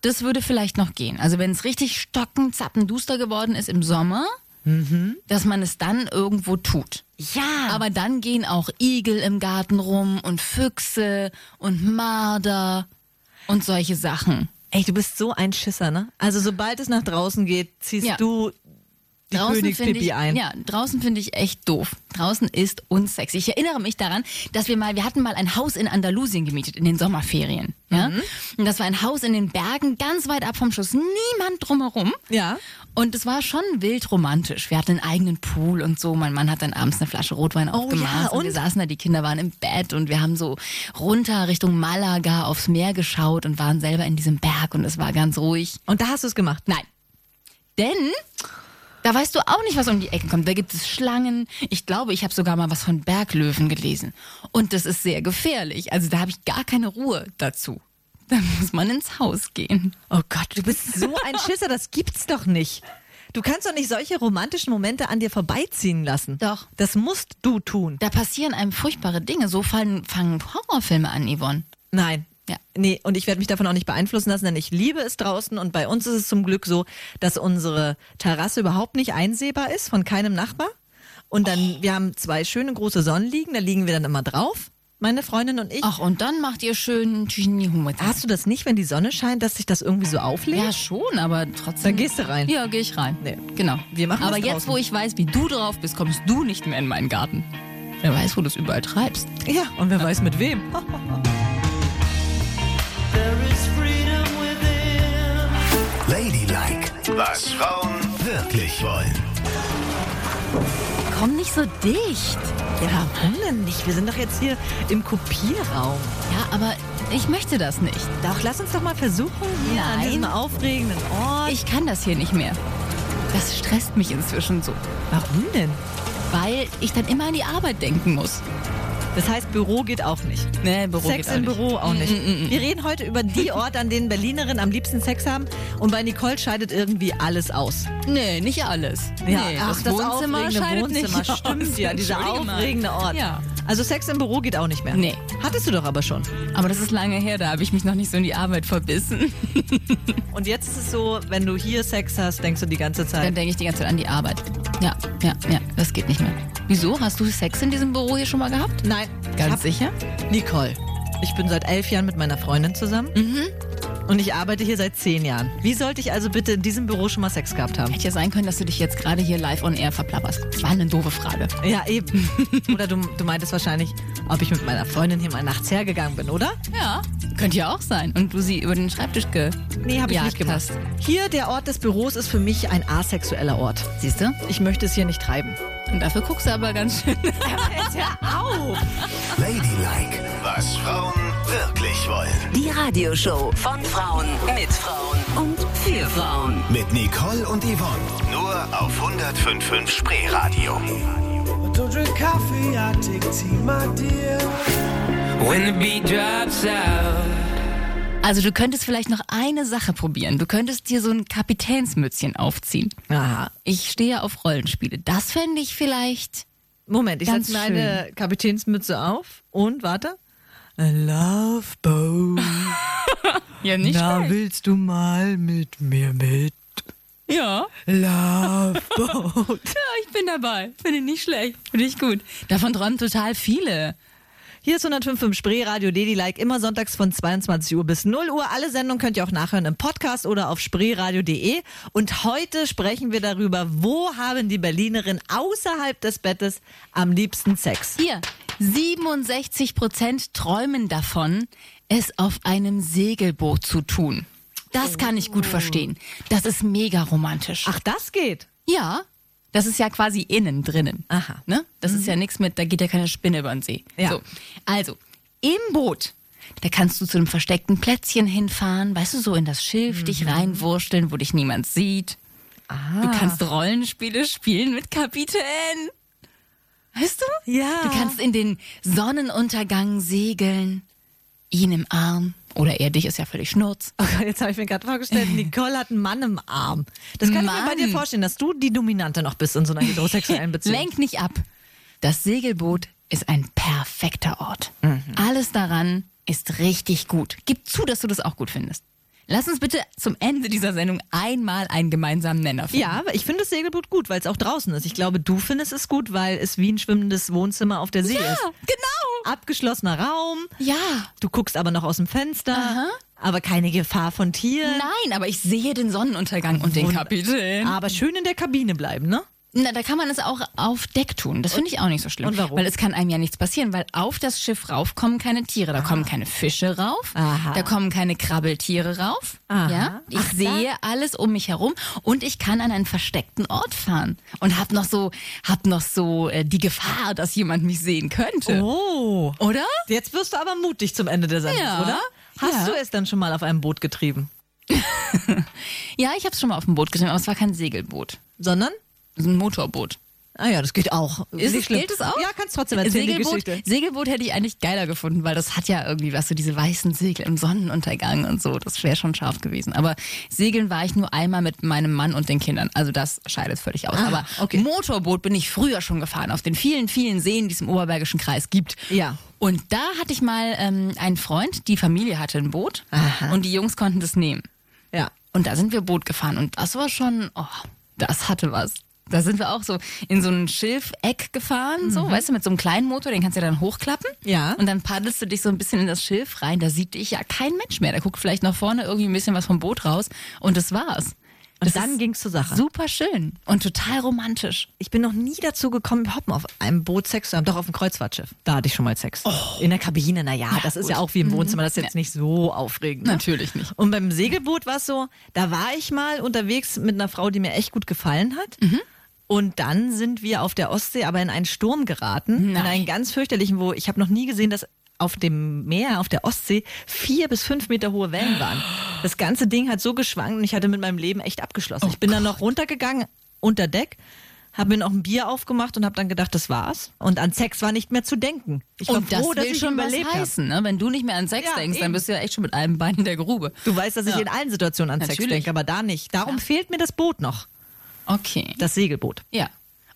[SPEAKER 3] Das würde vielleicht noch gehen. Also wenn es richtig stocken, zappen, duster geworden ist im Sommer, dass man es dann irgendwo tut.
[SPEAKER 4] ja,
[SPEAKER 3] Aber dann gehen auch Igel im Garten rum und Füchse und Marder und solche Sachen.
[SPEAKER 4] Ey, du bist so ein Schisser, ne? Also sobald es nach draußen geht, ziehst
[SPEAKER 3] Ja.
[SPEAKER 4] du die
[SPEAKER 3] finde
[SPEAKER 4] Königspipi
[SPEAKER 3] ich,
[SPEAKER 4] ein.
[SPEAKER 3] Ja, draußen finde ich echt doof. Draußen ist unsexy. Ich erinnere mich daran, dass wir mal, wir hatten mal ein Haus in Andalusien gemietet in den Sommerferien. Ja?
[SPEAKER 4] Mhm.
[SPEAKER 3] Und das war ein Haus in den Bergen, ganz weit ab vom Schuss. Niemand drumherum.
[SPEAKER 4] Ja.
[SPEAKER 3] Und es war schon wild romantisch. Wir hatten einen eigenen Pool und so. Mein Mann hat dann abends eine Flasche Rotwein aufgemacht.
[SPEAKER 4] Oh ja,
[SPEAKER 3] und? wir
[SPEAKER 4] und?
[SPEAKER 3] saßen da, die Kinder waren im Bett und wir haben so runter Richtung Malaga aufs Meer geschaut und waren selber in diesem Berg und es war ganz ruhig.
[SPEAKER 4] Und da hast du es gemacht.
[SPEAKER 3] Nein. Denn da weißt du auch nicht, was um die Ecken kommt. Da gibt es Schlangen. Ich glaube, ich habe sogar mal was von Berglöwen gelesen. Und das ist sehr gefährlich. Also da habe ich gar keine Ruhe dazu. Da muss man ins Haus gehen.
[SPEAKER 4] Oh Gott, du bist so ein Schisser, das gibt's doch nicht. Du kannst doch nicht solche romantischen Momente an dir vorbeiziehen lassen.
[SPEAKER 3] Doch.
[SPEAKER 4] Das musst du tun.
[SPEAKER 3] Da passieren einem furchtbare Dinge. So fallen, fangen Horrorfilme an, Yvonne.
[SPEAKER 4] Nein.
[SPEAKER 3] Ja.
[SPEAKER 4] Nee, und ich werde mich davon auch nicht beeinflussen lassen, denn ich liebe es draußen und bei uns ist es zum Glück so, dass unsere Terrasse überhaupt nicht einsehbar ist von keinem Nachbar. Und dann,
[SPEAKER 3] Oh.
[SPEAKER 4] wir haben zwei schöne große Sonnenliegen, da liegen wir dann immer drauf, meine Freundin und ich.
[SPEAKER 3] Ach, und dann macht ihr schön Humor.
[SPEAKER 4] Hast du das nicht, wenn die Sonne scheint, dass sich das irgendwie so auflegt?
[SPEAKER 3] Ja, schon, aber trotzdem.
[SPEAKER 4] Dann gehst du rein.
[SPEAKER 3] Ja, gehe ich rein.
[SPEAKER 4] Nee.
[SPEAKER 3] Genau.
[SPEAKER 4] Wir machen
[SPEAKER 3] aber
[SPEAKER 4] das
[SPEAKER 3] jetzt,
[SPEAKER 4] draußen.
[SPEAKER 3] wo ich weiß, wie du drauf bist, kommst du nicht mehr in meinen Garten. Wer weiß, wo du es überall treibst.
[SPEAKER 4] Ja, und wer weiß mit wem.
[SPEAKER 1] Ladylike, was Frauen wirklich wollen.
[SPEAKER 3] Warum nicht so dicht?
[SPEAKER 4] Ja, warum denn nicht? Wir sind doch jetzt hier im Kopierraum.
[SPEAKER 3] Ja, aber ich möchte das nicht.
[SPEAKER 4] Doch, lass uns doch mal versuchen, hier an
[SPEAKER 3] Nein.
[SPEAKER 4] diesem aufregenden Ort.
[SPEAKER 3] Ich kann das hier nicht mehr. Das stresst mich inzwischen so,
[SPEAKER 4] warum denn?
[SPEAKER 3] weil ich dann immer an die Arbeit denken muss.
[SPEAKER 4] Das heißt, Büro geht auch nicht.
[SPEAKER 3] Nee, Büro
[SPEAKER 4] Sex
[SPEAKER 3] geht auch
[SPEAKER 4] im
[SPEAKER 3] nicht.
[SPEAKER 4] Büro auch nicht. Mm, Wir reden heute über die Orte, an denen Berlinerinnen am liebsten Sex haben. Und bei Nicole scheidet irgendwie alles aus.
[SPEAKER 3] Nee, nicht alles. nee,
[SPEAKER 4] ach, aufregende Wohnzimmer stimmt ja, dieser
[SPEAKER 3] Entschuldige mal.
[SPEAKER 4] aufregende Ort.
[SPEAKER 3] Ja.
[SPEAKER 4] Also Sex im Büro geht auch nicht mehr.
[SPEAKER 3] Nee.
[SPEAKER 4] Hattest du doch aber schon.
[SPEAKER 3] Aber das ist lange her, da habe ich mich noch nicht so in die Arbeit verbissen.
[SPEAKER 4] Und jetzt ist es so, wenn du hier Sex hast, denkst du die ganze
[SPEAKER 3] Dann
[SPEAKER 4] Zeit.
[SPEAKER 3] denke ich die ganze Zeit an die Arbeit. Ja, ja, ja, das geht nicht mehr. Wieso? Hast du Sex in diesem Büro hier schon mal gehabt?
[SPEAKER 4] Nein,
[SPEAKER 3] Ganz
[SPEAKER 4] ich
[SPEAKER 3] sicher?
[SPEAKER 4] hab, Nicole. Ich bin seit elf Jahren mit meiner Freundin zusammen. Und ich arbeite hier seit zehn Jahren. Wie sollte ich also bitte in diesem Büro schon mal Sex gehabt haben?
[SPEAKER 3] Hätte ja sein können, dass du dich jetzt gerade hier live on air verplapperst. Das war eine doofe Frage.
[SPEAKER 4] Ja, eben. Oder du, du meintest wahrscheinlich, ob ich mit meiner Freundin hier mal nachts hergegangen bin, oder?
[SPEAKER 3] Ja, könnte ja auch sein. Und du sie über den Schreibtisch ge...
[SPEAKER 4] Nee, habe ich
[SPEAKER 3] Ja,
[SPEAKER 4] nicht gemacht.
[SPEAKER 3] krass.
[SPEAKER 4] Hier, der Ort des Büros ist für mich ein asexueller Ort.
[SPEAKER 3] Siehst du?
[SPEAKER 4] Ich möchte es hier nicht treiben.
[SPEAKER 3] Und dafür guckst du aber ganz schön.
[SPEAKER 1] Ladylike, was Frauen wirklich wollen.
[SPEAKER 2] Die Radioshow von Frauen mit Frauen und für Frauen.
[SPEAKER 1] Mit Nicole und Yvonne. Nur auf 105.5 Spreeradio.
[SPEAKER 5] Don't drink coffee, I take tea, my dear.
[SPEAKER 10] When the beat drops out,
[SPEAKER 3] Also du könntest vielleicht noch eine Sache probieren. Du könntest dir so ein Kapitänsmützchen aufziehen.
[SPEAKER 4] Aha.
[SPEAKER 3] Ich stehe ja auf Rollenspiele. Das fände ich vielleicht...
[SPEAKER 4] Moment, ich
[SPEAKER 3] Ganz
[SPEAKER 4] setze meine Kapitänsmütze auf und warte. I love boat.
[SPEAKER 3] Ja, nicht
[SPEAKER 4] Na, willst du mal mit mir mit?
[SPEAKER 3] Ja.
[SPEAKER 4] Love boat.
[SPEAKER 3] Ja, ich bin dabei. Finde ich nicht schlecht. Finde ich gut. Davon träumen total viele.
[SPEAKER 4] Hier ist 105.5 Spree Radio Ladylike, immer sonntags von 22 Uhr bis 0 Uhr. Alle Sendungen könnt ihr auch nachhören im Podcast oder auf spreeradio.de. Und heute sprechen wir darüber, wo haben die Berlinerinnen außerhalb des Bettes am liebsten Sex?
[SPEAKER 3] Hier, 67 Prozent träumen davon, es auf einem Segelboot zu tun. Das kann ich gut verstehen. Das ist mega romantisch.
[SPEAKER 4] Ach, das geht.
[SPEAKER 3] ja. Das ist ja quasi innen drinnen.
[SPEAKER 4] Aha. Mhm.
[SPEAKER 3] Ne? Das ist ja nichts mit, da geht ja keine Spinne über den See.
[SPEAKER 4] Ja.
[SPEAKER 3] So. Also, im Boot, da kannst du zu einem versteckten Plätzchen hinfahren, weißt du, so in das
[SPEAKER 4] Mhm.
[SPEAKER 3] Schilf dich reinwurschteln, wo dich niemand sieht.
[SPEAKER 4] Ah.
[SPEAKER 3] Du kannst Rollenspiele spielen mit Kapitän. Weißt du?
[SPEAKER 4] Ja.
[SPEAKER 3] Du kannst in den Sonnenuntergang segeln, ihn im Arm. Oder er dich ist ja völlig schnurz.
[SPEAKER 4] Oh Gott, jetzt habe ich mir gerade vorgestellt, Nicole hat einen Mann im Arm. Das kann ich mir bei
[SPEAKER 3] Mann.
[SPEAKER 4] dir vorstellen, dass du die Dominante noch bist in so einer heterosexuellen Beziehung.
[SPEAKER 3] Lenk nicht ab. Das Segelboot ist ein perfekter Ort. Alles daran ist richtig gut. Gib zu, dass du das auch gut findest. Lass uns bitte zum Ende dieser Sendung einmal einen gemeinsamen Nenner finden.
[SPEAKER 4] Ja, aber ich finde das Segelboot gut, weil es auch draußen ist. Ich glaube, du findest es gut, weil es wie ein schwimmendes Wohnzimmer auf der See
[SPEAKER 3] Ja,
[SPEAKER 4] ist.
[SPEAKER 3] genau.
[SPEAKER 4] Abgeschlossener Raum.
[SPEAKER 3] Ja.
[SPEAKER 4] Du guckst aber noch aus dem Fenster. Aber keine Gefahr von Tieren.
[SPEAKER 3] Nein, aber ich sehe den Sonnenuntergang und den Kapitän.
[SPEAKER 4] Aber schön in der Kabine bleiben, ne?
[SPEAKER 3] Na, da kann man es auch auf Deck tun. Das finde ich auch nicht so schlimm.
[SPEAKER 4] und warum?
[SPEAKER 3] Weil es kann einem ja nichts passieren, weil auf das Schiff rauf kommen keine Tiere. Da kommen keine Fische rauf,
[SPEAKER 4] Ah. Aha.
[SPEAKER 3] da kommen keine Krabbeltiere rauf.
[SPEAKER 4] Aha.
[SPEAKER 3] Ja? Ich
[SPEAKER 4] Ach, da-
[SPEAKER 3] sehe alles um mich herum und ich kann an einen versteckten Ort fahren und hab noch so, hab noch so äh, die Gefahr, dass jemand mich sehen könnte.
[SPEAKER 4] Oh.
[SPEAKER 3] Oder?
[SPEAKER 4] Jetzt wirst du aber mutig zum Ende der Sendung,
[SPEAKER 3] Ja.
[SPEAKER 4] oder? Hast
[SPEAKER 3] Ja.
[SPEAKER 4] du es dann schon mal auf einem Boot getrieben?
[SPEAKER 3] Ja, ich habe es schon mal auf dem Boot gesehen, aber es war kein Segelboot,
[SPEAKER 4] Sondern?
[SPEAKER 3] es ist ein Motorboot.
[SPEAKER 4] Ah ja, das geht auch.
[SPEAKER 3] Ist es,
[SPEAKER 4] Nicht
[SPEAKER 3] gilt es auch?
[SPEAKER 4] Ja, kannst trotzdem erzählen,
[SPEAKER 3] Segelboot,
[SPEAKER 4] die Geschichte.
[SPEAKER 3] Segelboot hätte ich eigentlich geiler gefunden, weil das hat ja irgendwie was, so diese weißen Segel im Sonnenuntergang und so. Das wäre schon scharf gewesen. Aber segeln war ich nur einmal mit meinem Mann und den Kindern. Also das scheidet völlig aus.
[SPEAKER 4] Ah,
[SPEAKER 3] Aber
[SPEAKER 4] okay.
[SPEAKER 3] Motorboot bin ich früher schon gefahren, auf den vielen, vielen Seen, die es im Oberbergischen Kreis gibt.
[SPEAKER 4] Ja.
[SPEAKER 3] Und da hatte ich mal ähm, einen Freund, die Familie hatte ein Boot
[SPEAKER 4] Aha.
[SPEAKER 3] und die Jungs konnten das nehmen.
[SPEAKER 4] Ja.
[SPEAKER 3] Und da sind wir Boot gefahren und das war schon, oh, das hatte was. Da sind wir auch so in so ein Schilfeck gefahren, so, weißt du, mit so einem kleinen Motor, den kannst du ja dann hochklappen.
[SPEAKER 4] Mhm. Ja.
[SPEAKER 3] Und dann paddelst du dich so ein bisschen in das Schilf rein, da sieht dich ja kein Mensch mehr. Da guckt vielleicht nach vorne irgendwie ein bisschen was vom Boot raus und das war's.
[SPEAKER 4] Und
[SPEAKER 3] das
[SPEAKER 4] dann
[SPEAKER 3] ist
[SPEAKER 4] ging's zur Sache.
[SPEAKER 3] Super schön und total romantisch.
[SPEAKER 4] Ich bin noch nie dazu gekommen, überhaupt mal auf einem Boot Sex zu haben. Doch, auf dem Kreuzfahrtschiff. Da hatte ich schon mal Sex.
[SPEAKER 3] Oh.
[SPEAKER 4] In der Kabine, naja, ja, das ist ja auch
[SPEAKER 3] Mhm.
[SPEAKER 4] wie im Wohnzimmer. Das ist jetzt nicht so aufregend. Ne?
[SPEAKER 3] Natürlich nicht.
[SPEAKER 4] Und beim
[SPEAKER 3] Mhm.
[SPEAKER 4] Segelboot war es so, da war ich mal unterwegs mit einer Frau, die mir echt gut gefallen hat. Und dann sind wir auf der Ostsee aber in einen Sturm geraten, in einen ganz fürchterlichen, wo ich habe noch nie gesehen, dass auf dem Meer, auf der Ostsee, vier bis fünf Meter hohe Wellen waren. Das ganze Ding hat so geschwankt und ich hatte mit meinem Leben echt abgeschlossen.
[SPEAKER 3] Oh
[SPEAKER 4] ich bin dann noch runtergegangen unter Deck, habe mir noch ein Bier aufgemacht und habe dann gedacht, das war's. Und an Sex war nicht mehr zu denken. Ich war
[SPEAKER 3] und das
[SPEAKER 4] froh, dass
[SPEAKER 3] will
[SPEAKER 4] ich
[SPEAKER 3] schon was
[SPEAKER 4] überlebt habe.
[SPEAKER 3] heißen, ne? Wenn du nicht mehr an Sex
[SPEAKER 4] Ja,
[SPEAKER 3] denkst, dann
[SPEAKER 4] eben.
[SPEAKER 3] bist du ja echt schon mit einem Bein in der Grube.
[SPEAKER 4] Du weißt, dass ich
[SPEAKER 3] Ja.
[SPEAKER 4] in allen Situationen an Sex
[SPEAKER 3] Natürlich.
[SPEAKER 4] denke, aber da nicht. Darum fehlt mir das Boot noch,
[SPEAKER 3] Okay.
[SPEAKER 4] das Segelboot.
[SPEAKER 3] Ja.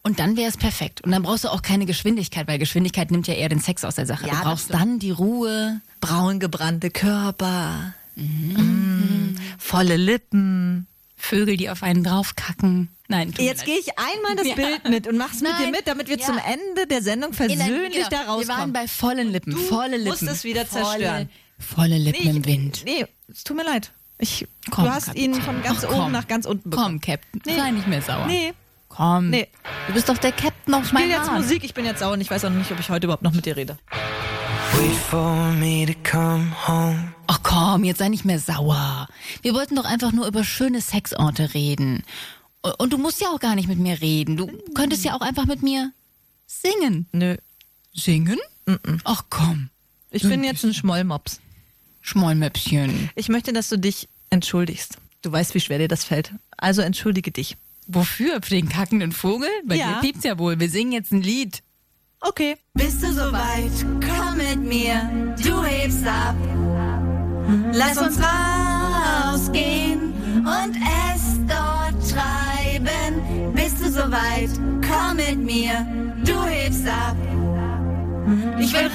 [SPEAKER 3] Und dann wäre es perfekt. Und dann brauchst du auch keine Geschwindigkeit, weil Geschwindigkeit nimmt ja eher den Sex aus der Sache.
[SPEAKER 4] Ja,
[SPEAKER 3] du brauchst
[SPEAKER 4] das
[SPEAKER 3] dann die Ruhe.
[SPEAKER 4] Braungebrannte Körper,
[SPEAKER 3] Mhm.
[SPEAKER 4] Mm. volle Lippen.
[SPEAKER 3] Vögel, die auf einen draufkacken. Nein, tut mir
[SPEAKER 4] Jetzt
[SPEAKER 3] leid.
[SPEAKER 4] gehe ich einmal das
[SPEAKER 3] Ja.
[SPEAKER 4] Bild mit und mach's mit
[SPEAKER 3] Nein.
[SPEAKER 4] dir mit, damit wir
[SPEAKER 3] Ja.
[SPEAKER 4] zum Ende der Sendung
[SPEAKER 3] In ein- genau.
[SPEAKER 4] versöhnlich da rauskommen.
[SPEAKER 3] Wir waren bei vollen Lippen.
[SPEAKER 4] Du
[SPEAKER 3] volle Lippen.
[SPEAKER 4] musst es wieder zerstören.
[SPEAKER 3] Volle, volle Lippen
[SPEAKER 4] Nee,
[SPEAKER 3] im Wind.
[SPEAKER 4] Nee, es tut mir leid. Ich,
[SPEAKER 3] Komm,
[SPEAKER 4] du hast
[SPEAKER 3] Captain.
[SPEAKER 4] ihn von ganz
[SPEAKER 3] Ach,
[SPEAKER 4] oben
[SPEAKER 3] komm.
[SPEAKER 4] nach ganz unten
[SPEAKER 3] Komm,
[SPEAKER 4] bekommen.
[SPEAKER 3] Captain.
[SPEAKER 4] Nee.
[SPEAKER 3] Sei nicht mehr sauer.
[SPEAKER 4] Nee,
[SPEAKER 3] Komm.
[SPEAKER 4] Nee.
[SPEAKER 3] Du bist doch der Captain auf
[SPEAKER 4] spiel
[SPEAKER 3] meinem
[SPEAKER 4] jetzt
[SPEAKER 3] Arm.
[SPEAKER 4] Musik. Ich bin jetzt sauer und ich weiß auch noch nicht, ob ich heute überhaupt noch mit dir rede.
[SPEAKER 5] Wait for me to come home.
[SPEAKER 3] Ach komm, jetzt sei nicht mehr sauer. Wir wollten doch einfach nur über schöne Sexorte reden. U- Und du musst ja auch gar nicht mit mir reden. Du könntest ja auch einfach mit mir singen.
[SPEAKER 4] Nö,
[SPEAKER 3] Singen? Ach komm,
[SPEAKER 4] ich bin jetzt ein Schmollmops.
[SPEAKER 3] Schmollmöpschen.
[SPEAKER 4] Ich möchte, dass du dich entschuldigst. Du weißt, wie schwer dir das fällt. Also entschuldige dich.
[SPEAKER 3] Wofür? Für den kackenden Vogel? Bei
[SPEAKER 4] Ja.
[SPEAKER 3] dir piept's ja wohl. Wir singen jetzt ein Lied.
[SPEAKER 4] Okay.
[SPEAKER 2] Bist du soweit? Komm mit mir, du hebst ab. Lass uns rausgehen und es dort treiben. Bist du soweit? Komm mit mir, du hebst ab. Ich will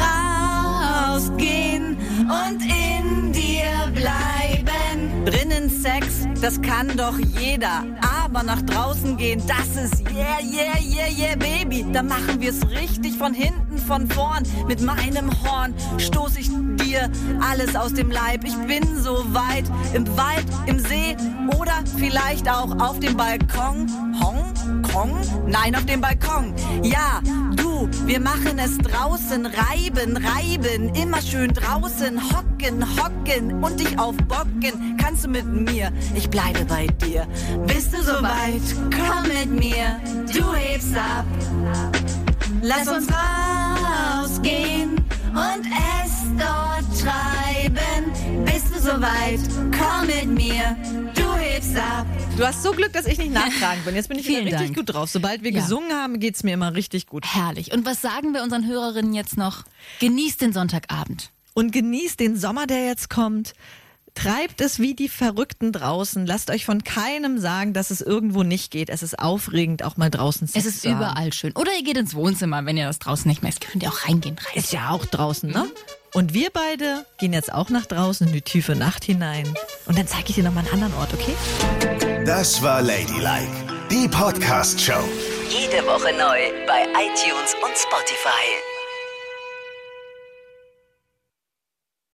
[SPEAKER 2] rausgehen und in dir bleiben.
[SPEAKER 4] Drinnen Sex, das kann doch jeder. Aber nach draußen gehen, das ist yeah, yeah, yeah, yeah, Baby. Da machen wir's richtig von hinten, von vorn. Mit meinem Horn stoß ich dir alles aus dem Leib. Ich bin so weit im Wald, im See oder vielleicht auch auf dem Balkon. Hong Kong? Nein, auf dem Balkon. Ja, du, wir machen es draußen. Reiben, reiben. Immer schön draußen. Hocken, hocken und dich aufbocken. Kannst du mit mir? Ich bleibe bei dir. Bist du soweit? Komm mit mir. Du hebst ab. Lass uns rausgehen und es dort treiben. Bist du soweit? Komm mit mir. Du hebst ab. Du hast so Glück, dass ich nicht nachtragen bin. Jetzt bin ich
[SPEAKER 3] Vielen
[SPEAKER 4] wieder richtig
[SPEAKER 3] Dank.
[SPEAKER 4] gut drauf. Sobald wir
[SPEAKER 3] Ja.
[SPEAKER 4] gesungen haben, geht's mir immer richtig gut.
[SPEAKER 3] Herrlich. Und was sagen wir unseren Hörerinnen jetzt noch? Genießt den Sonntagabend.
[SPEAKER 4] und genießt den Sommer, der jetzt kommt. Treibt es wie die Verrückten draußen. Lasst euch von keinem sagen, dass es irgendwo nicht geht. Es ist aufregend, auch mal draußen Sex
[SPEAKER 3] Es ist
[SPEAKER 4] zu haben.
[SPEAKER 3] überall schön. Oder ihr geht ins Wohnzimmer, wenn ihr das draußen nicht mehr ist. Könnt ihr auch reingehen. Rein.
[SPEAKER 4] Ist ja auch draußen, ne? Und wir beide gehen jetzt auch nach draußen in die tiefe Nacht hinein. Und dann zeige ich dir nochmal einen anderen Ort, okay?
[SPEAKER 1] Das war Ladylike, die Podcast-Show.
[SPEAKER 2] Jede Woche neu bei iTunes und Spotify.